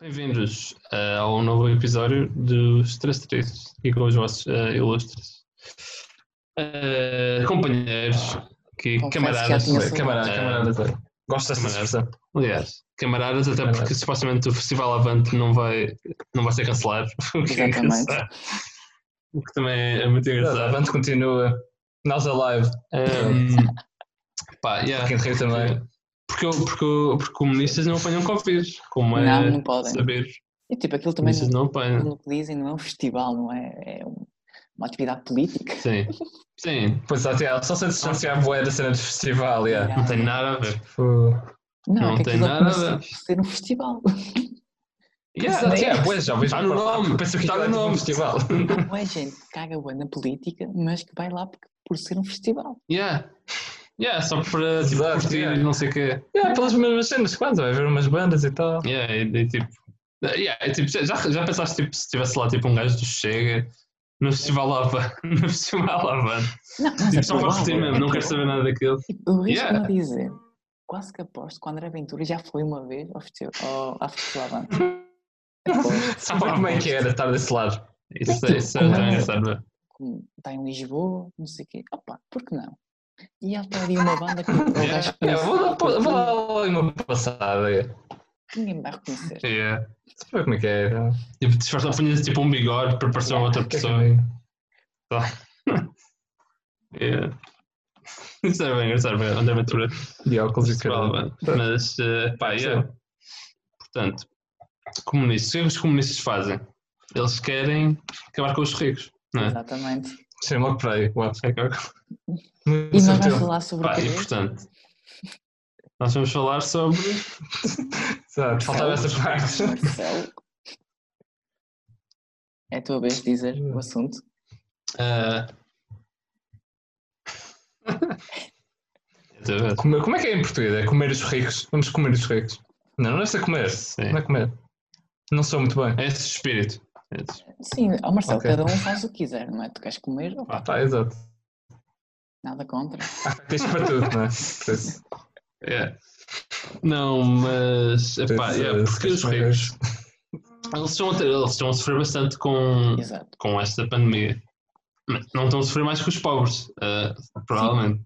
Bem-vindos eh, ao novo episódio dos Três Tristes e com os vossos eh, ilustres eh, companheiros, que, Confesso camaradas, que já tinha eh, camaradas, É, camaradas, camaradas, é. Gosto dessa Camaradas. expressão. aliás, camaradas, até Camaradas. porque supostamente o Festival Avante não vai, não vai ser cancelado, o que é Exatamente. engraçado. O que também é muito A engraçado. banda continua. Nós Alive. Ehm, pá, yeah. Quem rir então também. Porque, o- porque, o- porque comunistas não apanham Covid, como é Não, não podem. saber. E tipo, aquilo também, Comunistas não apanham. pelo que dizem, não é um festival, não é? É um- uma atividade política. Sim, sim, Pois até ela só se distanciar boé da cena de festival, yeah. não tem nada a ver. Tipo, Não, Não é que tem aquilo nada começou a a ser um festival. Yeah, Exato, é. yeah, pois, já vejo. Está no nome, Penso que está aquilo é no tipo um nome. festival. Não é gente que caga bué na política, mas que vai lá porque- por ser um festival. Yeah. Yeah, só para tipo, Exato, curtir yeah. e não sei o quê. yeah, pelas mesmas cenas, quase. Vai haver umas bandas e tal. Yeah, e, e, tipo, yeah, e, tipo, já, já pensaste tipo, se tivesse lá tipo, um gajo do Chega no festival Lavan, no festival Lavan. Não, mas é Tipo, só para provável, curtir mesmo, é não quero saber nada daquilo. Tipo, Eu risco Yeah. me a dizer, quase que aposto que o André Ventura já foi uma vez ao festival, ao, à festival Avante. Aposto, Sabe como é que era estar desse lado? Isso, isso é tão engraçado. como está em Lisboa, não sei o quê. Opa, por que não? E ele está ali uma banda que o gajo É Yeah, yeah, vou, dar, conhece, vou dar logo uma passada. yeah. que ninguém vai reconhecer. Yeah. Sabe como é que é? yeah. Tipo, disfarça, apanha tipo um bigode para parecer uma outra O que é que pessoa. é? Yeah. Isso é bem engraçado, bem, André Ventura. De óculos e Festival caralho. Lavan. Mas, eh, pá, yeah. Portanto, comunistas, o que é que os comunistas fazem? Eles querem acabar com os ricos, não é? Exatamente. Sim, logo para aí. Uau. É que é o que- Muito E nós vamos certeiro. falar sobre o Pá, quê? e portanto, nós vamos falar sobre. Exato, faltava essa parte. um Marcelo. É a tua vez de dizer o assunto. ah, Deixa eu ver. Comer- como é que é em português? É comer os ricos. Vamos comer os ricos. Não, não é só comer. Sim. Não é comer. Não sou muito bem. É esse o espírito. É esse o espírito. Sim, ó Marcelo, Ok. cada um faz o que quiser, não é? Tu queres comer, ó, Ah, tá, exato. nada contra. Tens para tudo, não é? Por isso. É. Não, mas. Epá, Tens, é, eh, porque os comer. ricos. Eles estão, a ter- eles estão a sofrer bastante Hum. com, Exato. com esta pandemia. Mas não estão a sofrer mais que os pobres, ah, provavelmente.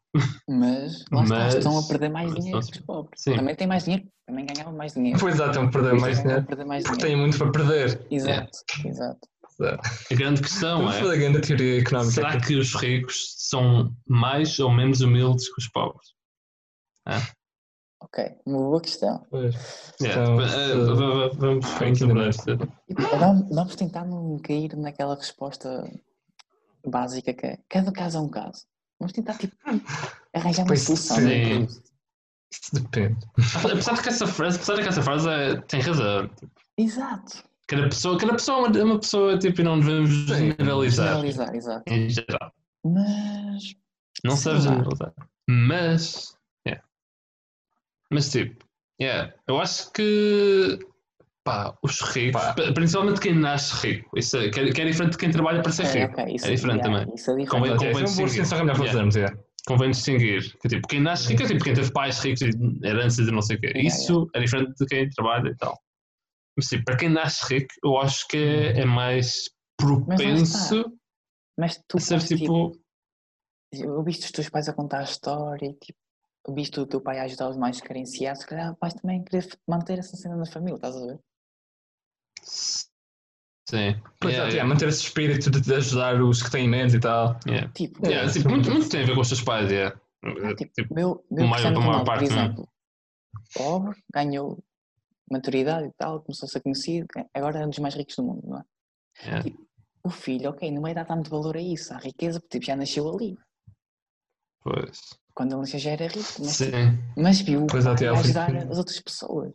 Mas lá está, Mas- estão a perder mais mas dinheiro nós- que os pobres. Sim. Também têm mais dinheiro, também ganhavam mais dinheiro. Pois exato, estão a perder mais Também vão dinheiro. perder mais Porque dinheiro. têm muito para perder. Exato, exato. A grande questão Vamos é. fazer a grande teoria económica. Será que os ricos são mais ou menos humildes que os pobres? Ok, uma boa questão. Pois. Yeah, Então, v- eh, se- v- v- vamos Ah, vamos ainda lembrar bem. isto. Vamos, vamos tentar não cair naquela resposta básica que é cada caso é um caso. Vamos tentar tipo, arranjar uma Pois, solução. sim. né? Isso depende. Apesar de que essa frase, apesar de que essa frase é- tem razão. Exato. Cada pessoa, cada pessoa é uma- é uma pessoa tipo, e não devemos Sim, generalizar Generalizar, exato. em geral. Mas Não Sei sabes lá. generalizar. Mas, yeah. mas tipo, yeah, eu acho que pá, os ricos, Pá. principalmente quem nasce rico, isso é, que é que é diferente de quem trabalha para ser é, rico. ok, isso É diferente yeah, também. Isso é diferente. Convém- Exato, convém é, isso é um bom distinguir. senso melhor para Yeah. fazermos, yeah. convém distinguir. Que, tipo, quem nasce rico é tipo quem teve pais ricos e heranças e não sei o quê. Yeah, Isso é diferente de quem trabalha e tal. Mas tipo, para quem nasce rico, eu acho que é, é mais propenso Mas tu a ser podes, tipo, tipo. eu viste os teus pais a contar a história e tipo, eu viste o teu pai a ajudar os mais carenciados, se calhar vais também querer manter essa cena na família, estás a ver? Sim. Pois Yeah, exato, yeah, yeah, manter esse espírito de de ajudar os que têm menos e tal. yeah. Tipo, Yeah, Yeah, tipo, muito, muito tem a ver com os teus pais, yeah. Ah, tipo, Tipo, meu, meu maior- Cristiano a maior Ronaldo, por parte, não é? exemplo, pobre, ganhou maturidade e tal, começou a ser conhecido, ga- agora é um dos mais ricos do mundo, não é? yeah. O filho, ok, não vai dar tanto valor a isso, à riqueza, porque tipo, já nasceu ali. Pois. Quando ele nasceu já era rico, mas, Sim. mas viu o Pois até pai ao fim. ajudar as outras pessoas.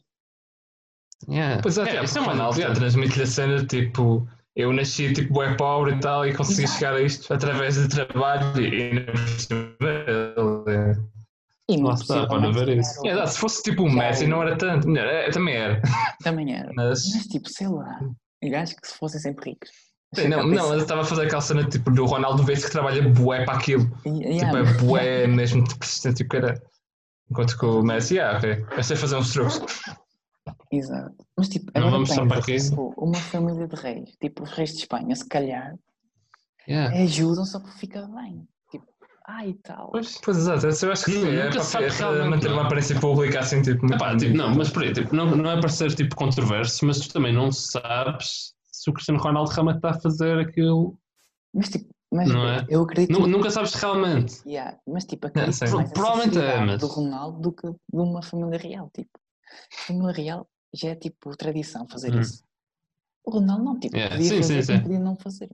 Yeah. Pois tipo, Yeah, exato, yeah, isso porque é o uma análise. Ronaldo yeah, transmite-lhe a cena tipo Eu nasci tipo bué pobre e tal e consegui Exato. chegar a isto através de trabalho e ainda por cima dele. E não Lá está, precisa para não ver tirar isso. o- É, dá, se fosse tipo um Messi não era tanto, melhor, é, também era. Também era. Mas Mas tipo, sei lá, gajos que se fossem sempre ricos. Sim, não, não, mas eu estava a fazer aquela cena tipo do Ronaldo vê-se que trabalha bué para aquilo. E- tipo, yeah, é bué mesmo tipo, persistente e o que era. Enquanto que o Messi, ah, ok. Eu sei fazer uns truques. Exato. Mas tipo, Não agora vamos pensa, chamar aqui. tipo, uma família de reis, tipo os reis de Espanha, se calhar, Yeah. É. ajudam só porque fica bem. Tipo, ai e tal. Pois. Pois exato, eu acho que Sim, sim, é, nunca para- sabe é para realmente, manter não. uma aparência pública assim, tipo, muito Epá, tipo, não, mas por aí, tipo, não, não é para ser tipo controverso, mas tu também não sabes se o Cristiano Ronaldo realmente está a fazer aquilo. Mas tipo, mas, Não é? eu acredito. Nu- nunca sabes realmente. Yeah, mas tipo, Não, acredito sei. mais a Provavelmente é, sinceridade mas- do Ronaldo do que de uma família real. Tipo, a família real já é tipo tradição fazer Hum. isso. O Ronaldo não, tipo, Yeah, podia sim, sim, fazer, como sim. podia não fazer.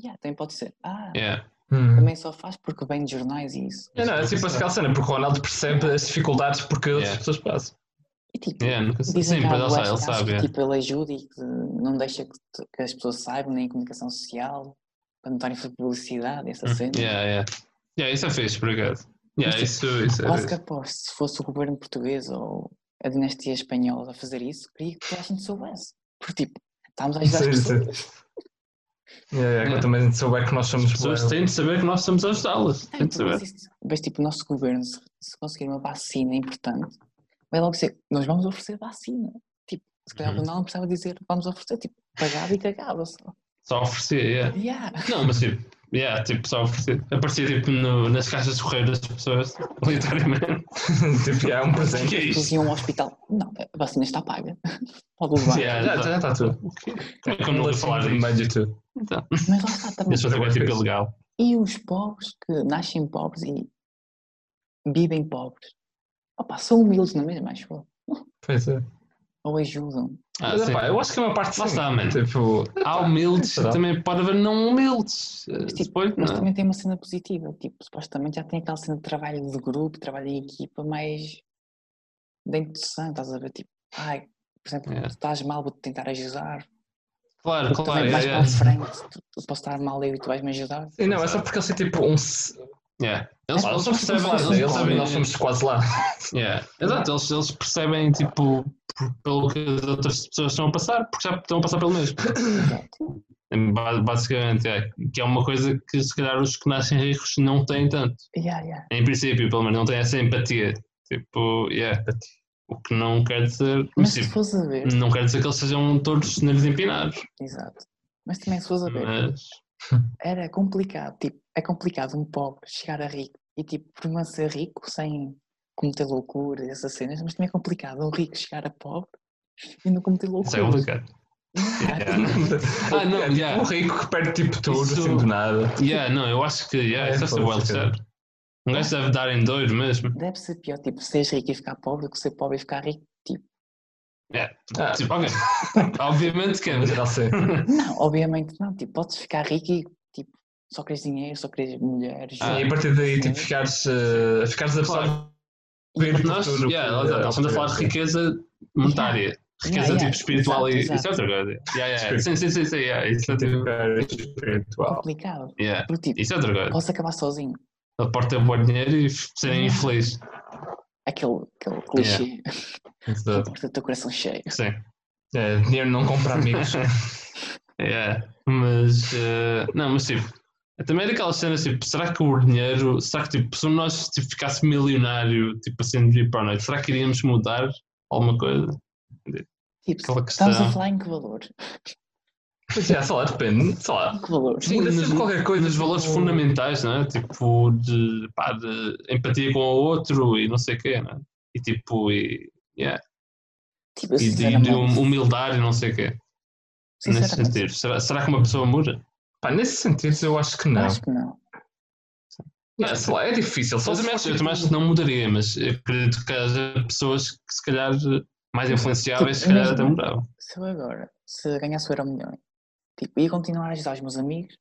Yeah, também pode ser, ah, Yeah. Hum. também só faz porque vem de jornais e isso. Não, não, é tipo aquela cena, porque o Ronaldo percebe as dificuldades porque outras Yeah. pessoas passam. E tipo, Yeah, nunca sabes. Dizem Sim, que mas há ele bué sabe, ele de casos sabe. que, yeah. tipo, ele ajuda e que não deixa que, tu- que as pessoas saibam, nem comunicação social, para não estarem a fazer publicidade, essa Hum, cena. Yeah, yeah. Yeah, isso é fixe, por acaso. assim, né? Mas, Yeah, tipo, isso, isso é Quase que fixe. aposto, se fosse o governo português ou a dinastia espanhola a fazer isso, queria que toda a gente soubesse. Porque, tipo, estamos a ajudar as Sim, sim. pessoas. É, é, Yeah. Quanto mais a gente souber que nós somos As pessoas bué- têm de saber que nós estamos a ajudá-las. Tem, Têm de tipo, mas saber. isso- Mas, tipo, o nosso governo, se, se conseguir uma vacina importante, vai logo dizer, nós vamos oferecer vacina. Tipo, se calhar o Uhum. Ronaldo não precisava dizer, vamos oferecer, tipo, pagava e cagava só. Só oferecer, yeah. Yeah. Não, mas tipo, yeah, tipo só oferecer. Aparecia tipo no- nas caixas de correio das pessoas, aleatoriamente. tipo, é um O que presente. é Eles isto? iam ao hospital. Não, a vacina está paga. Pode levar. Yeah. Já já está tudo. assim, O quê? Como é que tá eu não vou falar No disto? meio de tudo. Então, Mas lá está também. As pessoas agora tipo ilegal. E os pobres que nascem pobres e vivem pobres. Opa, são humildes na mesma, acho eu. Pois é. Ou ajudam. Ah, Mas, sim. epá, eu acho que é uma parte Lá sim. está, mano. Então. Tipo, Há humildes, Será? também pode haver não humildes. Eh, tipo, Depois, Mas não. também tem uma cena positiva. Tipo, supostamente já tem aquela cena de trabalho de grupo, trabalho em equipa, mais dentro do santo, estás a ver? Tipo, ai, por exemplo, Yeah. tu estás mal, vou-te tentar ajudar. Claro, Eu claro. também mais é, para a frente, tu- eu posso estar mal eu e tu vais me ajudar. Sim, não, é só porque eles têm tipo um. se- é. É. Eles, Ah, eles Eles percebem, lá, eles, eles sabem, percebem- nós somos quase lá. Yeah. Exato, eles, eles percebem, tipo, por- pelo que as outras pessoas estão a passar, porque já estão a passar pelo mesmo. Ba- Basicamente, é. Que é uma coisa que, se calhar, os que nascem ricos não têm tanto. Yeah, yeah. Em princípio, pelo menos, não têm essa empatia. Tipo, yeah. O que não quer dizer. Mas se tipo, fores a ver, não quer dizer que eles sejam todos nariz empinados, Exato. Mas também se fores a ver, mas. era complicado, tipo, é complicado um pobre chegar a rico e tipo, permanecer rico sem cometer loucuras, essas cenas, mas também é complicado um rico chegar a pobre e não cometer Isso é loucuras. complicado. Yeah, Yeah. Ah, não, É tipo yeah. um rico que perde tipo tudo, Isso- assim do nada. Yeah, não, eu acho que yeah, É, isso deve ser pode well ser. said. Um gajo deve dar em dois mesmo. Deve ser pior, tipo, seres rico e ficar pobre do que ser pobre e ficar rico. Tipo, Ah, Tipo, ok. Obviamente que é, mas já sei. não, obviamente não, tipo, podes ficar rico e tipo, só queres dinheiro, só queres mulheres. Ah, E e- a partir daí, tipo, Sim. ficares, eh, ficares absorvido. Porque nós, yeah, lá está, estamos a falar de riqueza monetária, riqueza yeah, tipo espiritual exato, e exato. isso é outra coisa. Yeah, yeah, Sim, sim, sim, sim, yeah, isso é tipo, espiritual. complicado. yeah, Porque tipo, isso é outra coisa. posso acabar sozinho. Ele porta bom dinheiro e serem Yeah. infelizes. Aquele, aquele clichê, Exato. porta o teu coração cheio. Sim. É, dinheiro não compra amigos. Yeah, É, mas eh, não, mas tipo, também era aquela cena tipo, será que o dinheiro, será que tipo, se nós tipo, ficasse milionário, tipo assim, de dia para a noite, será que iríamos mudar alguma coisa? Tipo, Aquela estamos a questão. falar em que valor? Mas é, sei lá, depende. Sei lá. Em que valor? Sim, Muda sempre nos- qualquer coisa. Nos valores tipo, fundamentais, não é? Tipo, de, pá, de empatia com o outro e não sei o quê, não é? E tipo, e, Tipo, e de, de um eu sinceramente, humildade e não sei o quê. Nesse sinceramente, sentido, será, será que uma pessoa muda? Pá, nesse sentido, eu acho que não. acho que não. É, sei lá, é difícil. Só Eu se tipo, também, acho, fosse, eu também acho que não mudaria, mas eu acredito que haja pessoas que se calhar mais influenciáveis se Tipo, calhar até um mesmo- mudavam. Se eu agora, se ganhasse o euro milhões, tipo, ia continuar a ajudar os meus amigos,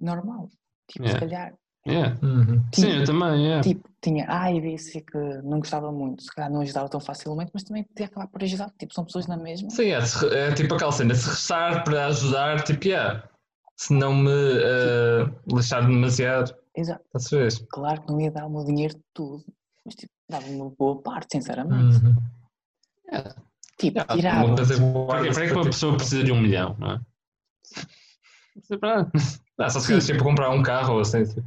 normal. Tipo, Yeah. se calhar, Yeah. Uhum. Sim, Tinha- eu também, yeah. Tipo, tinha A e B e C que não gostava muito, se calhar não ajudava tão facilmente, mas também podia acabar por ajudar, tipo, são pessoas na mesma. Sim, é, de se re- é tipo aquela cena, se restar para ajudar, tipo, yeah. se não me eh, lixar demasiado, Exato. estás a ver? Claro que não ia dar o meu dinheiro tudo, mas tipo, dava uma boa parte, Hum. sinceramente. Uhum. Tipo, Ah, Yeah, tirava. vou fazer Para que- guardas para que uma é para tipo, ti. pessoa precisa de um milhão, não é? Não sei para nada. Ah, só se queres tipo comprar um carro ou assim. tipo.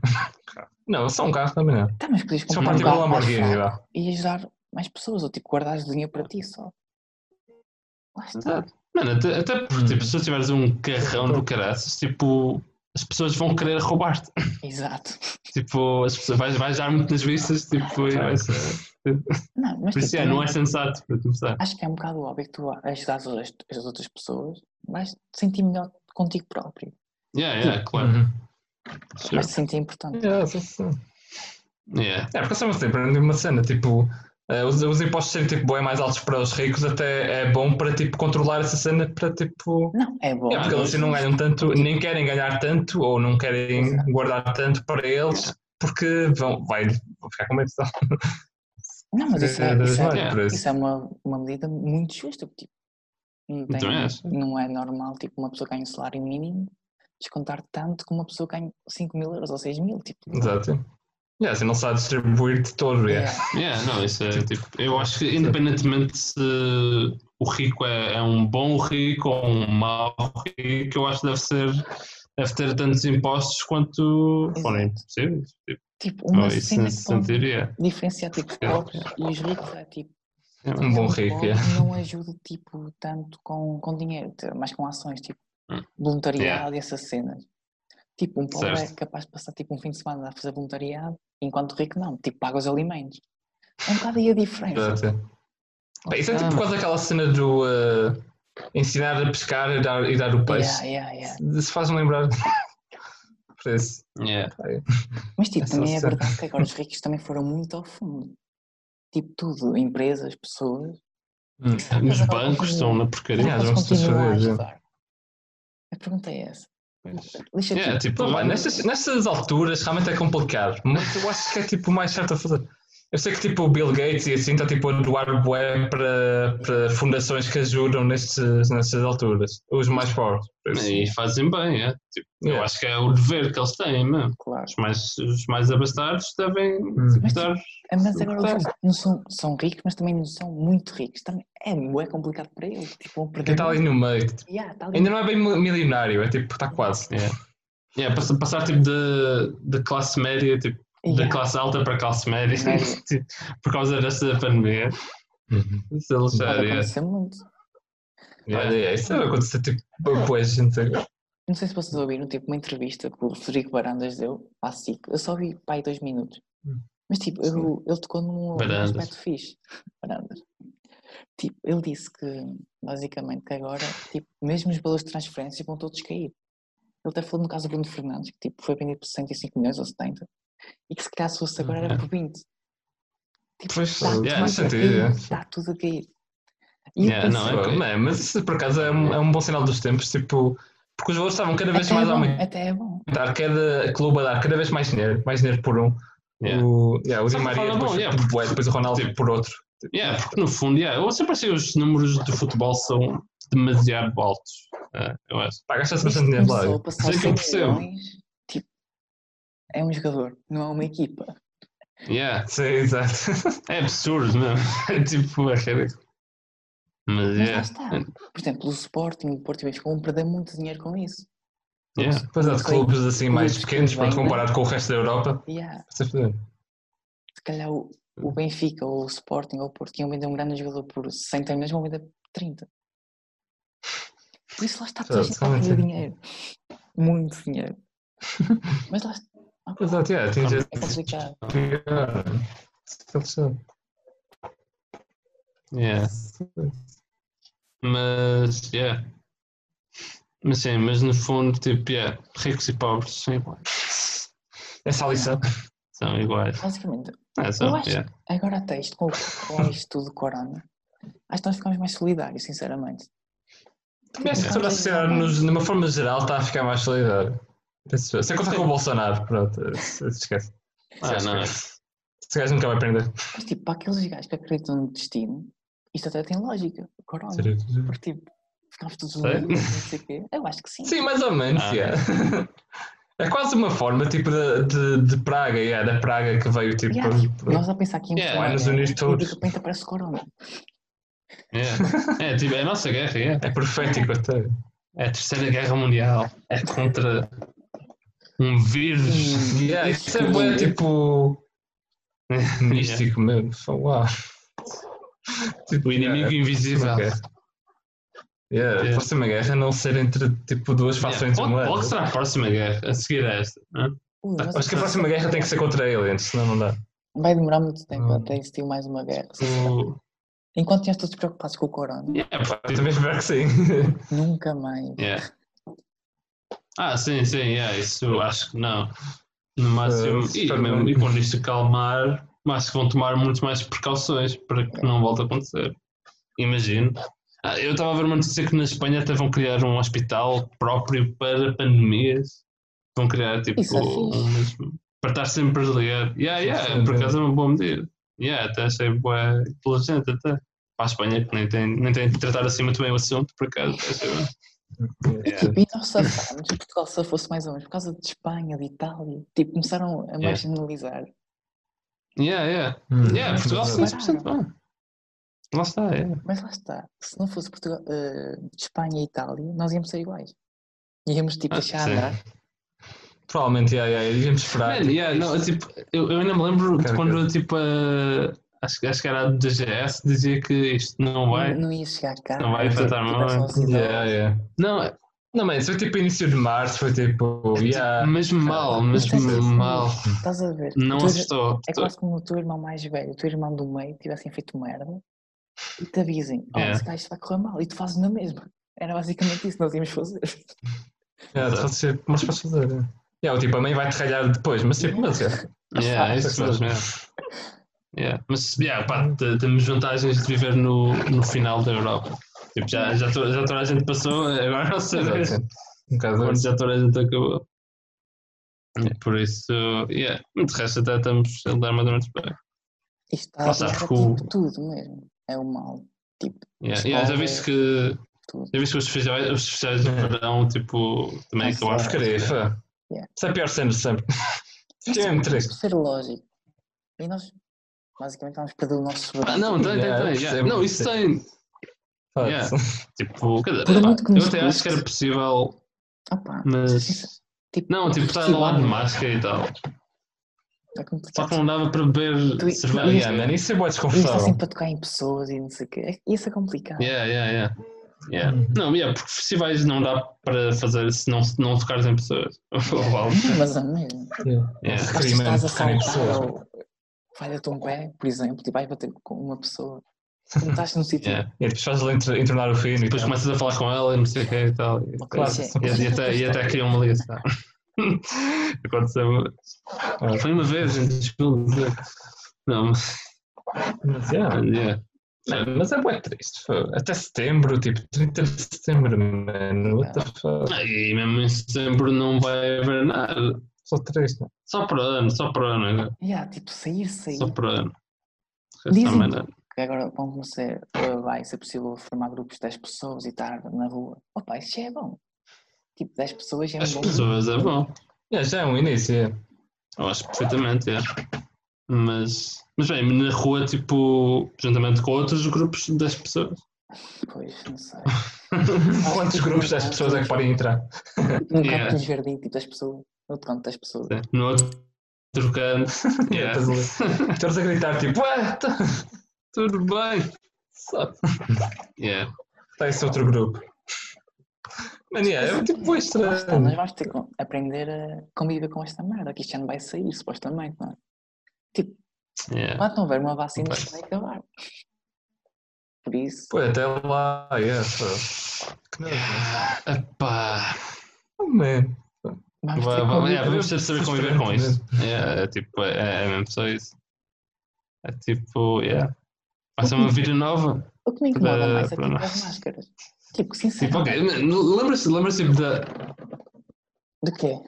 Não, só um carro também não. Tá, mas podias Só comprar um partir para o carro mais Lamborghini, fraco vá. e ajudar mais pessoas, ou tipo, guardares dinheiro para ti só. Lá está. Exato. Mano, até, até porque Hum. tipo, se tu tiveres um carrão do caraças, tipo, as pessoas vão querer roubar-te. Exato. Tipo, as pessoas, vais, vais dar muito nas vistas, tipo, e vai ser- Não, mas Por isso, tipo, é, não é também sensato para começar. acho que é um bocado óbvio que tu ajudas as, as outras pessoas, vais te sentir melhor contigo próprio, Yeah, yeah, claro. Uhum. Sure. vais te sentir importante. Yeah, sim, sim. Yeah. É, porque eu sempre aprendi uma cena, tipo, eh, os, os impostos serem tipo bem mais altos para os ricos até é bom para tipo controlar essa cena para tipo. Não, é é. bom. É porque eles assim não ganham tanto, nem querem ganhar tanto ou não querem Exato. guardar tanto para eles porque vão, vai, vão ficar com medo. sabe? Não, mas isso é, isso é, é. Por isso. isso é uma, uma medida muito justa, porque, tipo, não, tem- Então é essa. não é normal, tipo, uma pessoa ganha um salário mínimo, descontar tanto que uma pessoa ganha 5 mil euros ou 6 mil, tipo, Exato. Yeah, assim não sabe distribuir de todo. Yeah. é, Yeah, não, isso é tipo. Eu acho que, independentemente se o rico é, é um bom rico ou um mau rico, eu acho que deve ser. Deve ter tantos impostos quanto forem Exato. possíveis. Tipo, tipo, uma isso é cena nesse que pode sentido, yeah. diferenciar, tipo, os É. pobres e os ricos, é, tipo, Um bom o rico. pobre Yeah. não ajuda, tipo, tanto com, com dinheiro, t- mas com ações, tipo, Hum. voluntariado e essas cenas. Tipo, um pobre é Certo. capaz de passar, tipo, um fim de semana a fazer voluntariado, enquanto o rico não, tipo, paga os alimentos. É um bocado aí a diferença. Exato. Bem, isso é tipo Ah. quase aquela cena do eh, ensinar a pescar e dar, e dar o peixe. Yeah, yeah, yeah. Se faz-me lembrar. Por isso. Yeah. Mas tipo, É só também é ser. verdade que agora os ricos também foram muito ao fundo. Tipo, tudo, empresas, pessoas. Hum. Os bancos estão na porcaria. Yeah, eles vão-se todos continuam a foder, já. ajudar. A pergunta é essa. Lixa Yeah, tipo, É Pá, nestas, nestas alturas realmente é complicado, mas eu acho que é tipo o mais certo a fazer. Eu sei que tipo o Bill Gates e assim está tipo a doar bué para, para fundações que ajudam nestes, nestas alturas, os mais pobres. por isso. E fazem bem, é. Tipo, Eu Yeah. acho que é o dever que eles têm mesmo. claro. Os mais, os mais abastados devem Hum. estar. Ah, Mas agora os Claro. ricos não são, são ricos, mas também não são muito ricos. Também é, é complicado para eles. Tipo, vão Quem perder. está ali no meio, tipo, muito. Yeah, tá ali- ainda não é bem mi- milionário, é tipo, está quase. Yeah, passar, passar tipo de, de classe média, tipo, da Yeah. classe alta para a classe média, Média. tipo, por causa desta pandemia. é Se eles já- Pode yeah, acontecer muito. yeah. Olha, isso vai acontecer tipo depois, gente. Não sei se vocês ouviram tipo, uma entrevista que o Frederico Barandas deu à SIC. Eu só vi pai dois minutos. Hum. Mas tipo, eu- ele tocou num num Barandas. aspecto fixe. Barandas. Tipo, ele disse que basicamente que agora, tipo, mesmo os valores de transferência vão todos cair. Ele até falou no caso do Bruno Fernandes, que tipo, foi vendido por 65 milhões ou 70, e que se calhar se fosse agora Uhum. era por 20. Tipo, Pois, está tudo yeah, a faz sentido, cair, é. está tudo a cair. E eu Yeah, não, pensei, é- Ok. Mano, mas isso por acaso é um, é um bom sinal dos tempos, tipo, porque os valores estavam cada vez até, mais é a aumentar. bom, até é bom. dar cada clube a dar cada vez mais dinheiro, mais dinheiro por um. Yeah. O, yeah, o Só que Di Maria fala depois, bom, yeah, por bué, depois o Ronaldo Tipo, por outro. Yeah, porque no fundo, yeah, eu sempre achei que os números do futebol são demasiado altos. é, eu acho. Pá, gasta-se Isto bastante dinheiro lá. começou a passar Sei que eu 100 percebo. milhões, tipo, é um jogador, não é uma equipa. Yeah, Sim, exato. é absurdo mesmo. É tipo, é ridículo. Mas Mas lá yeah, está. Por exemplo, o Sporting, o Porto e o Benfica vão perder muito dinheiro com isso. é yeah. Depois há de Sim. clubes assim mais Clubes que pequenos, pronto, vêm, comparado com o resto da Europa. E há, Sem fazer. se calhar o, o Benfica, ou o Sporting, ou o Porto, que iam vender um grande jogador por 60 milhões, vão vender por 30. Por isso lá está, toda a gente está a perder Exatamente. dinheiro. Muito dinheiro. Mas lá está, Exato, yeah, tem gente é complicado. pior. Yeah. Mas, yeah. Mas sim, mas no fundo, tipo, yeah, ricos e pobres são iguais. Essa É lição. São iguais. Basicamente, É, são, Eu acho yeah. Agora até isto, com, com isto tudo corona, acho que nós ficamos mais solidários, sinceramente. Tipo, é Também acho que toda a sociedade, nos- de uma forma geral, está a ficar mais solidária. Você conta com o Bolsonaro, pronto, se se esquece. Ah, não, não. Esse gajo nunca vai aprender. Mas tipo, para aqueles gajos que acreditam no destino, isto até tem lógica. O corona. Porque tipo, ficamos todos Sério? unidos, não sei o quê. Eu acho que sim. Sim, mais ou menos, Ah. yeah. É quase uma forma, tipo, de, de, de praga, yeah, da praga que veio, tipo... Yeah, tipo, nós a pensar aqui em Yeah, corona, nos unir e todos. de repente aparece o corona. Yeah. É, tipo, é a nossa guerra, yeah. É profético até. é a terceira guerra mundial, é contra um vírus. Hum, Yeah, isso é que- bué, tipo... Místico mesmo. Fala, Uau. Tipo, O inimigo invisível. uma guerra. Yeah, Yeah. A próxima guerra não ser entre, tipo, duas fações É. pode, humanas. pode ser a próxima guerra, a seguir a esta. é? hã? Ui, mas Acho que a próxima guerra tem que ser contra aliens, senão não dá. Vai demorar muito tempo Hum. até existir mais uma guerra. O- Enquanto tínhamos todos preocupados com o corona, Yeah, pá. Eu também espero que sim. nunca mais. É. Yeah. Ah, sim, sim, yeah, isso acho que não. No máximo, Eh, e, espero mesmo, bem. e quando isto calmar, acho que vão tomar muito mais precauções para É. que não volte a acontecer. Imagino. Ah, eu estava a ver uma notícia que na Espanha até vão criar um hospital próprio para pandemias. Vão criar tipo Isso é fixe. um mesmo. Para estar sempre ligado. Yeah, yeah, Sim, por sim. acaso é uma boa medida. Yeah, até achei boa inteligente até. Para a Espanha que nem tem, nem tem de tratar assim muito bem o assunto, por acaso. Achei bem. E É. tipo, e nós safámos, e Portugal safou-se mais ou menos por causa de Espanha, de Itália. Tipo, começaram É. a marginalizar. Yeah, yeah. Hum. Yeah, Mas Portugal tudo bem. 100% bom. Lá está, é. Mas lá está, se não fosse Portugal, eh, Espanha e Itália, nós íamos ser iguais. Íamos tipo Ah, deixar sim. andar. Provavelmente, yeah, yeah, iríamos esperar. Man, yeah, não, eu, tipo, eu, eu ainda me lembro de Cara, quando, tipo, a- acho, que- acho que era a DGS, dizia que isto não Não, vai. não ia chegar cá. Não vai tipo, afetar tivesse muito. uma Yeah, cidade. yeah. Não, é Não, mas foi tipo início de março, foi tipo. Yeah, mesmo mal, Mas mesmo tens isso, mal. Estás a ver? Não Tu és- assustou. É quase como o teu irmão mais velho, o teu irmão do meio, tivessem feito merda e te avisem, olha, Yeah. esse gajo vai correr mal e tu fazes na mesma. Era basicamente isso que nós íamos fazer. yeah, pode ser, mas posso fazer. Yeah, ou, tipo, a mãe vai te ralhar depois, mas tipo, mas yeah. Yeah, é isso mesmo, yeah. Yeah, Mas, yeah, pá, te- temos vantagens de viver no, no final da Europa. Tipo, já, já, to- já toda a gente passou, agora não sei. Exato. Um bocado Quando isso. já toda a gente acabou. É, Por isso, yeah. De resto, até estamos a andar mais ou menos bem. Isto está a Lá está, afetar, porque o- tipo, tudo mesmo. É o mal. Tipo, Yeah. Yeah, já viste que. tudo. Já viste que os festivais, os festivais de Hum. verão, tipo, também Nossa, acabaram. Porcaria, fã. Yeah. Isso é a pior cena de sempre. Mas, Isto é um tipo, triste. isto ser lógico. E nós basicamente estamos a perder o nosso Ah, soberano. não, tem, tem, Yeah, tem. yeah. percebo. Não, isso tem. Foda-se. Yeah. Tipo, quer dizer, Por muito que pá, eu nos até acho que custe. era possível, Opa, mas. tipo, Não, tipo, estar festival, lá de máscara e tal. É Só complicado. que não dava para beber Tu- cerveja. tu- Yeah, Yeah, man, isso é boa E está desconfortável. sempre para tocar em pessoas e não sei o quê. Isso é complicado. yeah, yeah. yeah. Uhum. Não, yeah, porque festivais não dá para fazer se não, se não tocares em pessoas. Ou algo. Não, Mas é mesmo. Yeah. Acho que estás a Experimento, saltar carne ou falha-te um pé, por exemplo, e vais bater com uma pessoa. Não estás num sítio. Yeah. E depois fazes-lhe entre- entornar o fino e é. Depois tal. começas a falar com ela e não sei o que e tal. E, Uma Claro, coisa é- e- e até, e até criam uma ligação. Aconteceu. Ah. Foi uma vez, gente, desculpa. Não, mas. Mas, Ah. yeah. Yeah. Não, mas é bué triste. fô. Até setembro, tipo, 30 de setembro, mano. What the fuck? Ah, E mesmo em setembro não vai haver nada. Só três, não. Só por ano, só por ano. né? Yeah, tipo, sair, sair. Só por ano. Dizem- Também não. Que agora vão começar, uh, vai ser possível formar grupos de 10 pessoas e estar na rua. Opa, isso já é bom. Tipo, 10 pessoas já é um As bom. pessoas é bom. Yeah, já é um início. yeah. Eu acho perfeitamente, é. Mas, mas bem, na rua, tipo, juntamente com outros grupos das pessoas. Pois, não sei. Quantos grupos das pessoas é que podem entrar? Num canto Yeah. do jardim, tipo, 10 pessoas. No outro canto, 10 pessoas. né? No outro canto. é. Yeah. Estás ali- Estás a gritar tipo, ué, tá- Tudo bem. só Yeah. está esse outro grupo. Mano, yeah, é tipo bué Lá está, nós estranho. vamos ter que aprender a conviver com esta merda, que isto já não vai sair, supostamente, não é? Yeah. Enquanto não houver uma vacina, É. Pois. isto vai acabar. Por isso, Pô, é até lá, yeah, fô. Que nojo, Oh, Ah, epá. mano. vamos Vá- ter que vá- conviver. yeah, Vamos ter de saber conviver com isso. Yeah, é tipo, é, é mesmo só isso. É tipo, yeah. Vai ser uma vida nova. O que me incomoda Para- mais é para tipo nós. as máscaras. Tipo, Tipo, sinceramente. ok, lembra-se lembra tipo da, Do quê?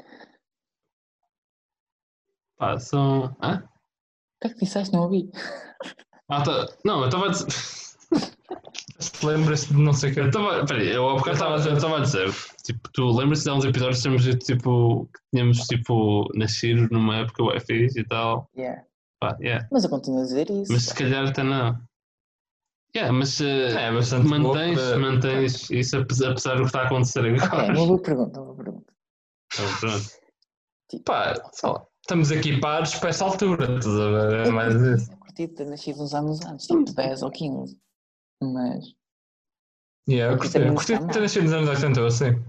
Pá, são. Hã? O que é que disseste? Não ouvi. Ah, tá... Não, eu estava a dizer. Lembra-se de não sei o Eu que. estava. Peraí, eu há bocado estava a dizer- eu estava a dizer. Tipo, tu lembras-te de há uns episódios que tínhamos, tipo, que tínhamos tipo, nascido numa época bem fixe e tal? Yeah. Pá, yeah. Mas eu continuo a dizer isso. Mas se calhar até não. Yeah, mas. eh, É bastante bom mantens, para- mantens isso apesar, apesar do que está a acontecer Ok, é agora. uma boa pergunta, uma boa pergunta. Então, pronto. Pá, sei lá, estamos equipados para essa altura, estás a ver? É mais isso. Eu curti de ter nascido uns anos antes, tipo 10 ou 15. Mas. Yeah, eu curti, eu Também curti está de ter nascido nos anos 80, ou assim.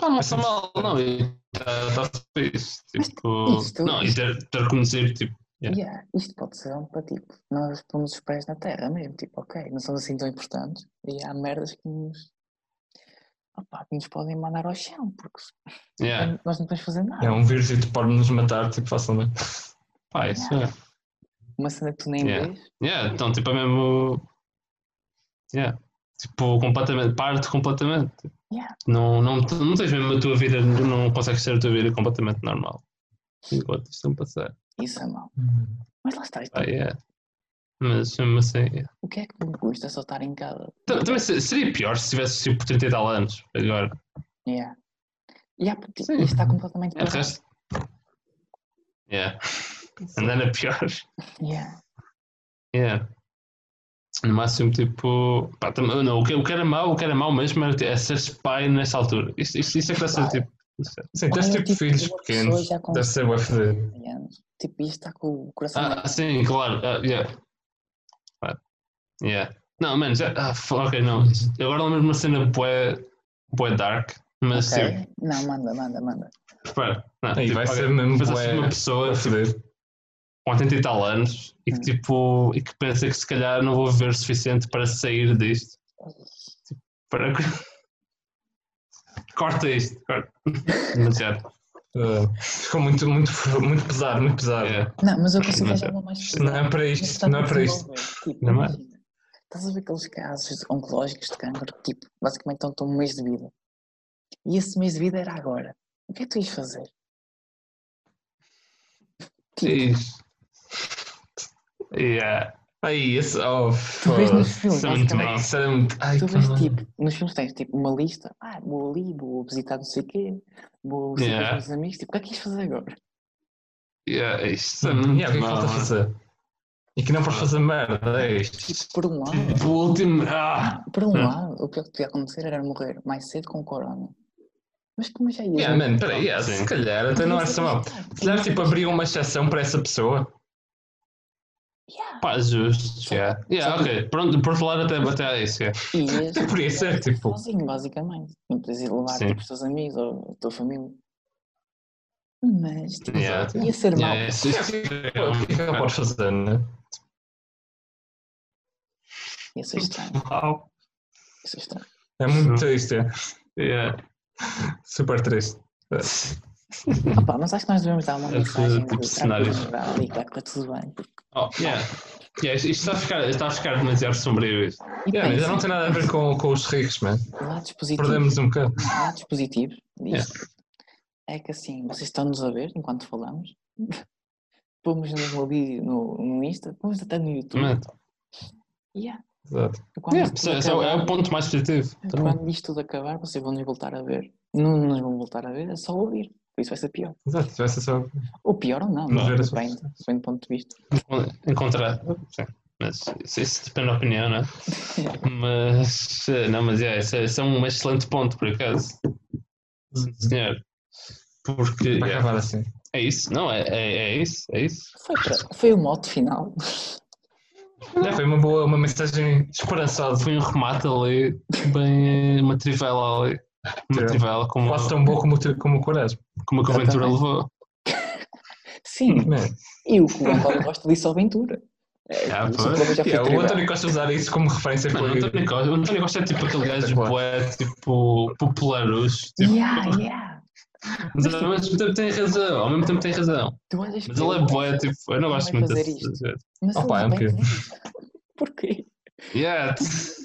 Pá, não está mal, não. Está tá fixe. Tipo. isto- não, e ter, ter conhecido, tipo. Yeah. Yeah, isto pode ser um para tipo, nós pomos os pés na terra mesmo, tipo, ok, não somos assim tão importantes e há merdas que nos, opá, que nos podem mandar ao chão, porque yeah. nós não podemos fazer nada. É um vírus e tu pode nos matar, tipo, facilmente. Pá, isso é. Uma cena que tu nem Yeah. vês, Yeah, então, tipo, é mesmo. Yeah. Tipo, completamente. Parte completamente. Yeah. Não, não, não tens mesmo a tua vida, não consegues ter a tua vida completamente normal. Enquanto isto não passar. isso é mau. Mas lá está, isto- Pá, yeah. Mas mesmo assim. yeah. o que é que me custa só estar em casa? Ta- Também se- seria pior se tivesses tipo 30 e tal anos agora. Yeah. E há, tipo, Sim. isto está completamente É, de parado. resto. Yeah. Andando a pior. Yeah. Yeah. No máximo, tipo. Pá, tam- não, o, que, o que era mau, o que era mau mesmo era, é seres pai nessa altura. Isso, isso, isso é que deve ser Pai. tipo. Sim, Olha, tens tipo, tipo, filhos uma pessoa pequenos. já com Deve ser o FD. 100 anos, Tipo, isto está com o coração na Ah, sim, claro. ah, yeah. Pá, yeah. Não, mano, já. Ah, f- ok, não. Eu agora lembro-me de uma cena bué, bué dark, mas tipo, Ok. Não, manda, manda, manda. espera. Não, Aí tipo, Ah, vai ok, ser mesmo mas há bué- assim uma pessoa O FD. com 80 e tal anos e que Hum. tipo. e que pensa que se calhar não vou viver o suficiente para sair disto. Tipo, para. corta isto, corta. Mas já. Ah, Ficou muito, muito, muito pesado, muito pesado. Yeah. Não, mas eu consigo Mas, arranjar uma mais Isto não é para Mas isto, está não é tudo para isto. desenvolvido, tipo, Não é? imagina, Estás a ver aqueles casos oncológicos de câncer que, tipo, basicamente estão estão um mês de vida. E esse mês de vida era agora. O que é que tu ias fazer? Tipo, É isso. Yeah. Aí, esse. Oh, Tu vês nos foda-se. filmes, isso é muito basicamente, mau. Isso era muito. Ai, tu vês, caralho. tipo, nos filmes tens, tipo, uma lista. Ah, vou ali, vou visitar não sei o quê, vou sair Yeah. com os meus amigos. Tipo, o que é que ias fazer agora? Yeah, isto é Hum, muito yeah, o que é que mau, falta mano. fazer? E que não podes fazer merda, é isto. Tipo, por um lado, Tipo, o último. Ah! por um Hum. lado, o pior que podia acontecer era morrer mais cedo com corona. Mas como já ias... Yeah, man, peraí, yeah, Sim. se calhar até não é era tão mal. Se calhar tipo abriam uma exceção para essa pessoa. Yeah. Pá, justo. Yeah. Yeah, Só- ok. Pronto, por outro lado, até, até há isso. Yeah. Ias Por isso é tipo. sozinho, basicamente. Não precisas ir levar Sim. tipo, os teus amigos ou a tua família. Mas tipo, Yeah. ia ser mal. Yeah, isso, isso é Pô, O que é que ela pode um fazer, né? Ia ser estranho. bocado mau. Ia ser estranho. É muito triste, é. Yeah. Super triste. Opa, mas acho que nós devemos dar uma É, mensagem tipo, de cenários. geral e que vai correr tudo bem. porque- Oh, yeah. Yeah, isto, isto está a ficar, está a ficar demasiado sombrio. Isto. E assim, Yeah, mas pensem, já não tem nada a ver com, com os ricos, man. lados positivos, Perdemos um bocado. lados positivos disto é que assim, vocês estão-nos a ver enquanto falamos. Pomos no ali no, no Insta, pomos até no YouTube. Mano, Yeah. Exato. Quando yeah, isto isso é, isso é o- é acabar- o ponto mais positivo. Então, Quando isto tudo acabar, vocês vão nos voltar a ver. Não nos vão voltar a ver, é só ouvir. Por isso vai ser pior. Exato, tivesse só. Ou pior ou não, Não, não, era só- depende, depende do ponto de vista. encontrar. Sim. Mas isso, isso depende da opinião, não é? Mas, eh, não, mas é, esse, é- esse é um excelente ponto, por acaso. Sim, senhor. Porque Para yeah, acabar assim. é isso, não, é, é, é isso, é isso. Foi, para- foi o mote final. É, foi uma boa, uma mensagem esperançosa. Foi um remate ali, bem eh, uma trivela ali. Uma Trivela. trivela como, Quase tão boa como, o teu- como o Quaresma. como a Coventura Exatamente. levou. Sim, Man. e o que o António gosta disse ao Ventura. É, Ah, isso pois. que eu já fui Yeah, o tribal. António Costa usar isso como referência Mano, o foi. António Costa- o António Costa é tipo aquele gajo Espetacular. bué, tipo, popularucho. Tipo, Yeah, yeah. Uhum. mas ao mesmo tempo tem razão, ao mesmo tempo tem razão. Tu olhas Mas para ele é bué, tipo, eu não Uhum. Não gosto vai muito fazer desse. isto. desse- Mas Opa, ele é um também bocadinho. diz. Porquê? Yeah.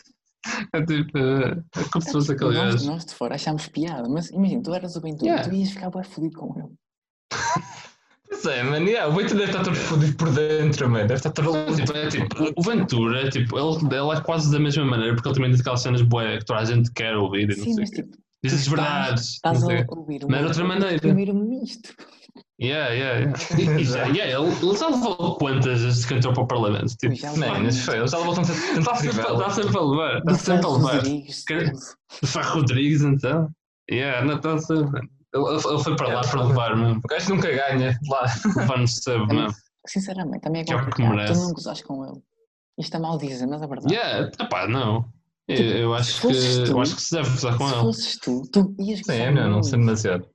É tipo, eh, é como se fosse aquele Nós, gajo. nós de fora achámos piada, mas imagina, tu eras o Ventura, Yeah. tu ias ficar bem fodido com ele. Pois é, mano, yeah, o Ventura deve estar todo fodido por dentro, mano. Deve estar todo. Tipo, é, tipo, o Ventura, tipo, ele, ele é quase da mesma maneira, porque ele também diz aquelas cenas boé que toda a gente quer ouvir e não Sim, sei. mas o quê. tipo, Diz as verdades. estás não sei. a ouvir Mas de outra maneira. primeiro-ministro. Yeah, yeah, yeah. E- e já- yeah, ele, ele já levou quantas desde que entrou para o Parlamento? Tipo, Já levou. Mano, isso foi. Eles já voltam a Está tentar sempre, trivela. dá sempre a levar. Está Do sempre a Santos levar. Rodrigues, Quer- tudo. De Fá Rodrigues, então. Yeah, não está sempre. Ele, ele ele foi para lá para levar mesmo. O gajo nunca É ganha lá. Levar-nos sempre mesmo. Sinceramente, também é Que é o que complicado. Tu merece. não gozaste com ele. Isto é maldizer, mas é verdade. Yeah, epá, não. Eu, eu acho Tipo, se que, fosses tu- eu acho que se deve usar com Se ele. fosses tu, tu ias Sim, gozar eu não, não muito. sei demasiado.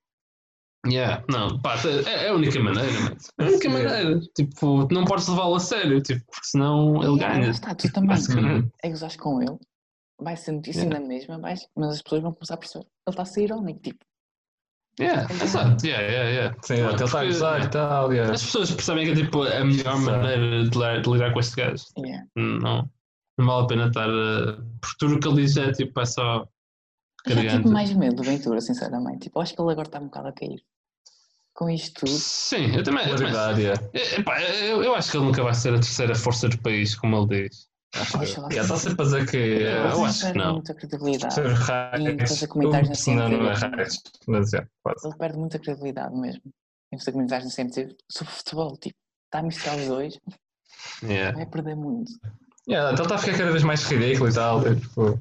Yeah, não, pá, é, é a única maneira, mano. É a única Sim. maneira. Tipo, não podes levá-lo a sério, tipo, porque senão ele Yeah, ganha. mas tá, tu também Basicamente. é gozares com ele, vai ser notícia Yeah. na mesma, vais- mas as pessoas vão começar a perceber. Ele está a ser irónico, tipo, Yeah, exato, yeah, yeah, yeah. Sim, ele está a Ah, Porque gozar e tal. yeah. As pessoas percebem que é tipo a melhor Exato. maneira de lidar, de lidar com este gajo. yeah. Não, não vale a pena estar. eh, Por tudo o que ele diz é tipo, é só. Eu já Garganta. tive mais medo do Ventura, sinceramente. Tipo, eu acho que ele agora está um bocado a cair. Com isto tudo, Sim, eu também. Eu, também- Verdade, yeah. Eh, epá, eu, eu acho que ele nunca vai ser a terceira força do país, como ele diz. Acho que- oxalá. Yeah, Está é sempre a dizer que. Yeah, eh, eu acho que perde não. muita credibilidade. ser E tá. fazer raios. comentários na Não, não é CMTV. raios. Mas é, quase. Ele perde muita credibilidade mesmo. Em fazer comentários no CMTV sobre futebol, tipo, está a misturar os dois, Yeah, vai perder muito. Yeah, Então está a ficar cada vez mais ridículo e tal. Tipo.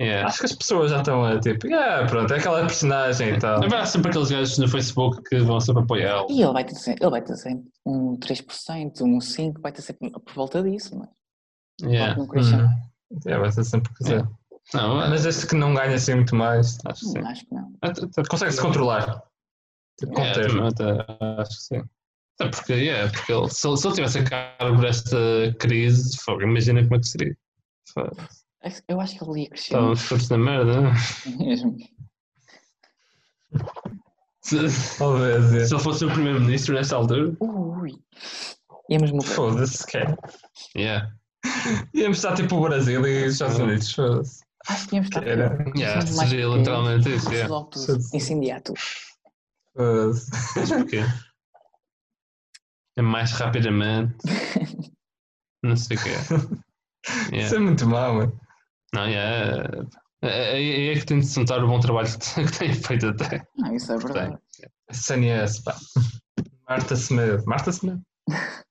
yeah. Acho que as pessoas já estão a tipo, ah, pronto, é aquela personagem e tal. Haverá sempre aqueles gajos no Facebook que vão sempre apoiá-lo. E ele vai ter sempre, ele vai ter sempre um 3%, um 5%, vai ter sempre por volta disso, mas Yeah. não queria chamar. É, vai ser sempre que quiser. Não, Mas este que não ganha assim muito mais, acho que Hum, sim. acho que não. Até- até- consegue-se controlar. Tipo, É, conter. também até acho que sim. Até porque, yeah, porque ele, se, ele, se ele tivesse a cargo desta crise, fogo, imagina como é que seria. Fogo, Eu acho que ele ia crescer Estávamos frutos na merda. não é? mesmo. Se, Talvez, se é. ele fosse o primeiro-ministro nesta altura, Ui! Íamos morrer. Foda-se, cara. yeah. Íamos estar tipo o Brasil e os Estados Unidos, foda-se. Acho que íamos estar. Era. Uhum. Yeah, Somos mais seria pequenos, literalmente isso. fosse Yeah. logo tudo, Incendiar tudo. Foda-se. Mas porquê? É mais rapidamente. Não sei o que é. Isso é muito mau, mano. Não, yeah. é, é, é que tem de se notar o bom trabalho que que tem feito até. Não, isso é verdade. é SNS, pá. Marta Semedo. Marta Semedo?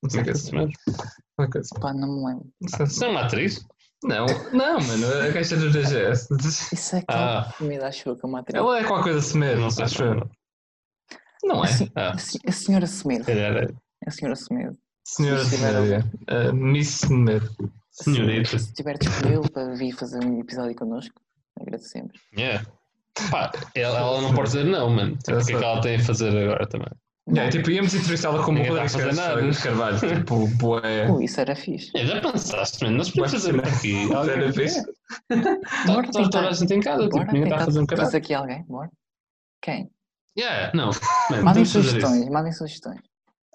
Não sei o que é isso. Uma coisa. Pá, não me lembro. Não sei se- Você é uma atriz? é Não, não, mano. A caixa do DGS. Isso é aquela Ah, comida, acho eu, que é uma atriz. Ela é qualquer coisa Semedo, não sei. acho eu. Não A, é? se- Ah. é. a se- a senhora Semedo. Era A senhora Semedo. Senhora Sim, Semedo. é. Uh, Miss Semedo. senhorita. Se estiver disponível para vir fazer um episódio connosco, agradecemos. Yeah. Pá, ela, ela não pode dizer não, mano. Tipo, o que é que ela tem a fazer agora também? É, tipo, íamos entrevistá-la como o Ninguém tá a Rodrigues fazer nada. Carvalho, Carvalho. Tipo, boé. Ui, isso era fixe. É, já pensaste, mano? Nós podemos fazer aqui. Era fixe. Bora Está toda a tentar. gente em casa, tipo, Bora ninguém está a tentar fazer um caralho. trazer aqui alguém. Bora. Quem? Yeah, não. Man, Mandem podemos fazer isso. sugestões, mandem sugestões.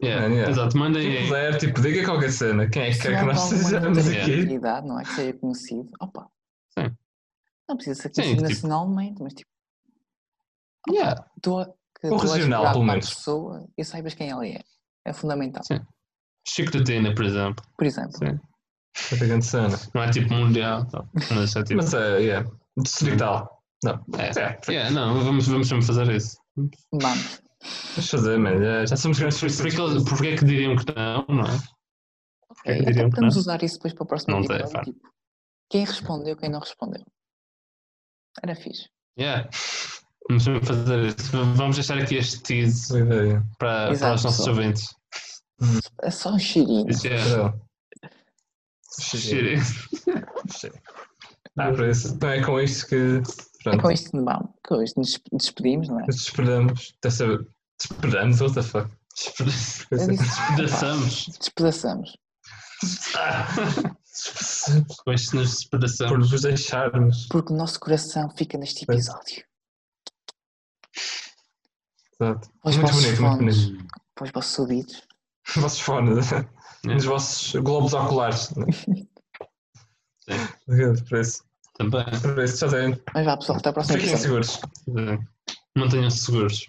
Yeah, Man, yeah. Exato, mandem Quem aí. puder, tipo, diga qualquer cena. Quem é que Se quer que há nós alguma sejamos ideia. aqui? notoriedade, não é? Que seja conhecido. Opa. Sim. Não precisa ser Sim, conhecido tipo- nacionalmente, mas tipo, é- Yeah. tu, a- que O tu a regional, explorar pelo para a menos. pessoa e saibas quem ela é. É fundamental. Sim. Chico da Tina, por exemplo. Por exemplo, Outra grande cena. Não é tipo mundial, tal, mas é tipo. Mas é, yeah. Distrital. Não. É. É. Yeah, não, vamos, vamos sempre fazer isso. vamos. Vamos fazer, man. Já, já somos grandes Por- Porquê feitos. que, eles- porquê que diriam que não, não é? Ok, que até diriam que podemos não? usar isso depois para o próximo Não tem, episódio. pá. tipo, quem respondeu, quem não respondeu. Era fixe. Yeah. Vamos sempre fazer isso. V- Vamos deixar aqui este tease Boa ideia. para, Exato, para os nossos pessoal. ouvintes. É só um cheirinho. Isso é. Geral. Cheiro. Cheiro. Cheiro. Ah, por isso. Então é com isto que. É com Pronto. isto, vamos, com isto nos despedimos, não é? Nos esperamos. Dessa... Esperamos, what the fuck. é- assim, Eu disse despedimos. Despedaçamos. Despedaçamos. Com isto nos Por despedaçamos. vos deixarmos. Porque o nosso coração fica neste Pois. episódio. Exato. Para os Muito vossos bonito, muito fones, bonito. para os vossos ouvidos. Os vossos fones. Nos vossos globos oculares. né? Obrigado por isso. Também. Por isso, já sabem. Mas vá, pessoal, até ao próximo Fiquem eh, episódio. seguros. Mantenham-se seguros.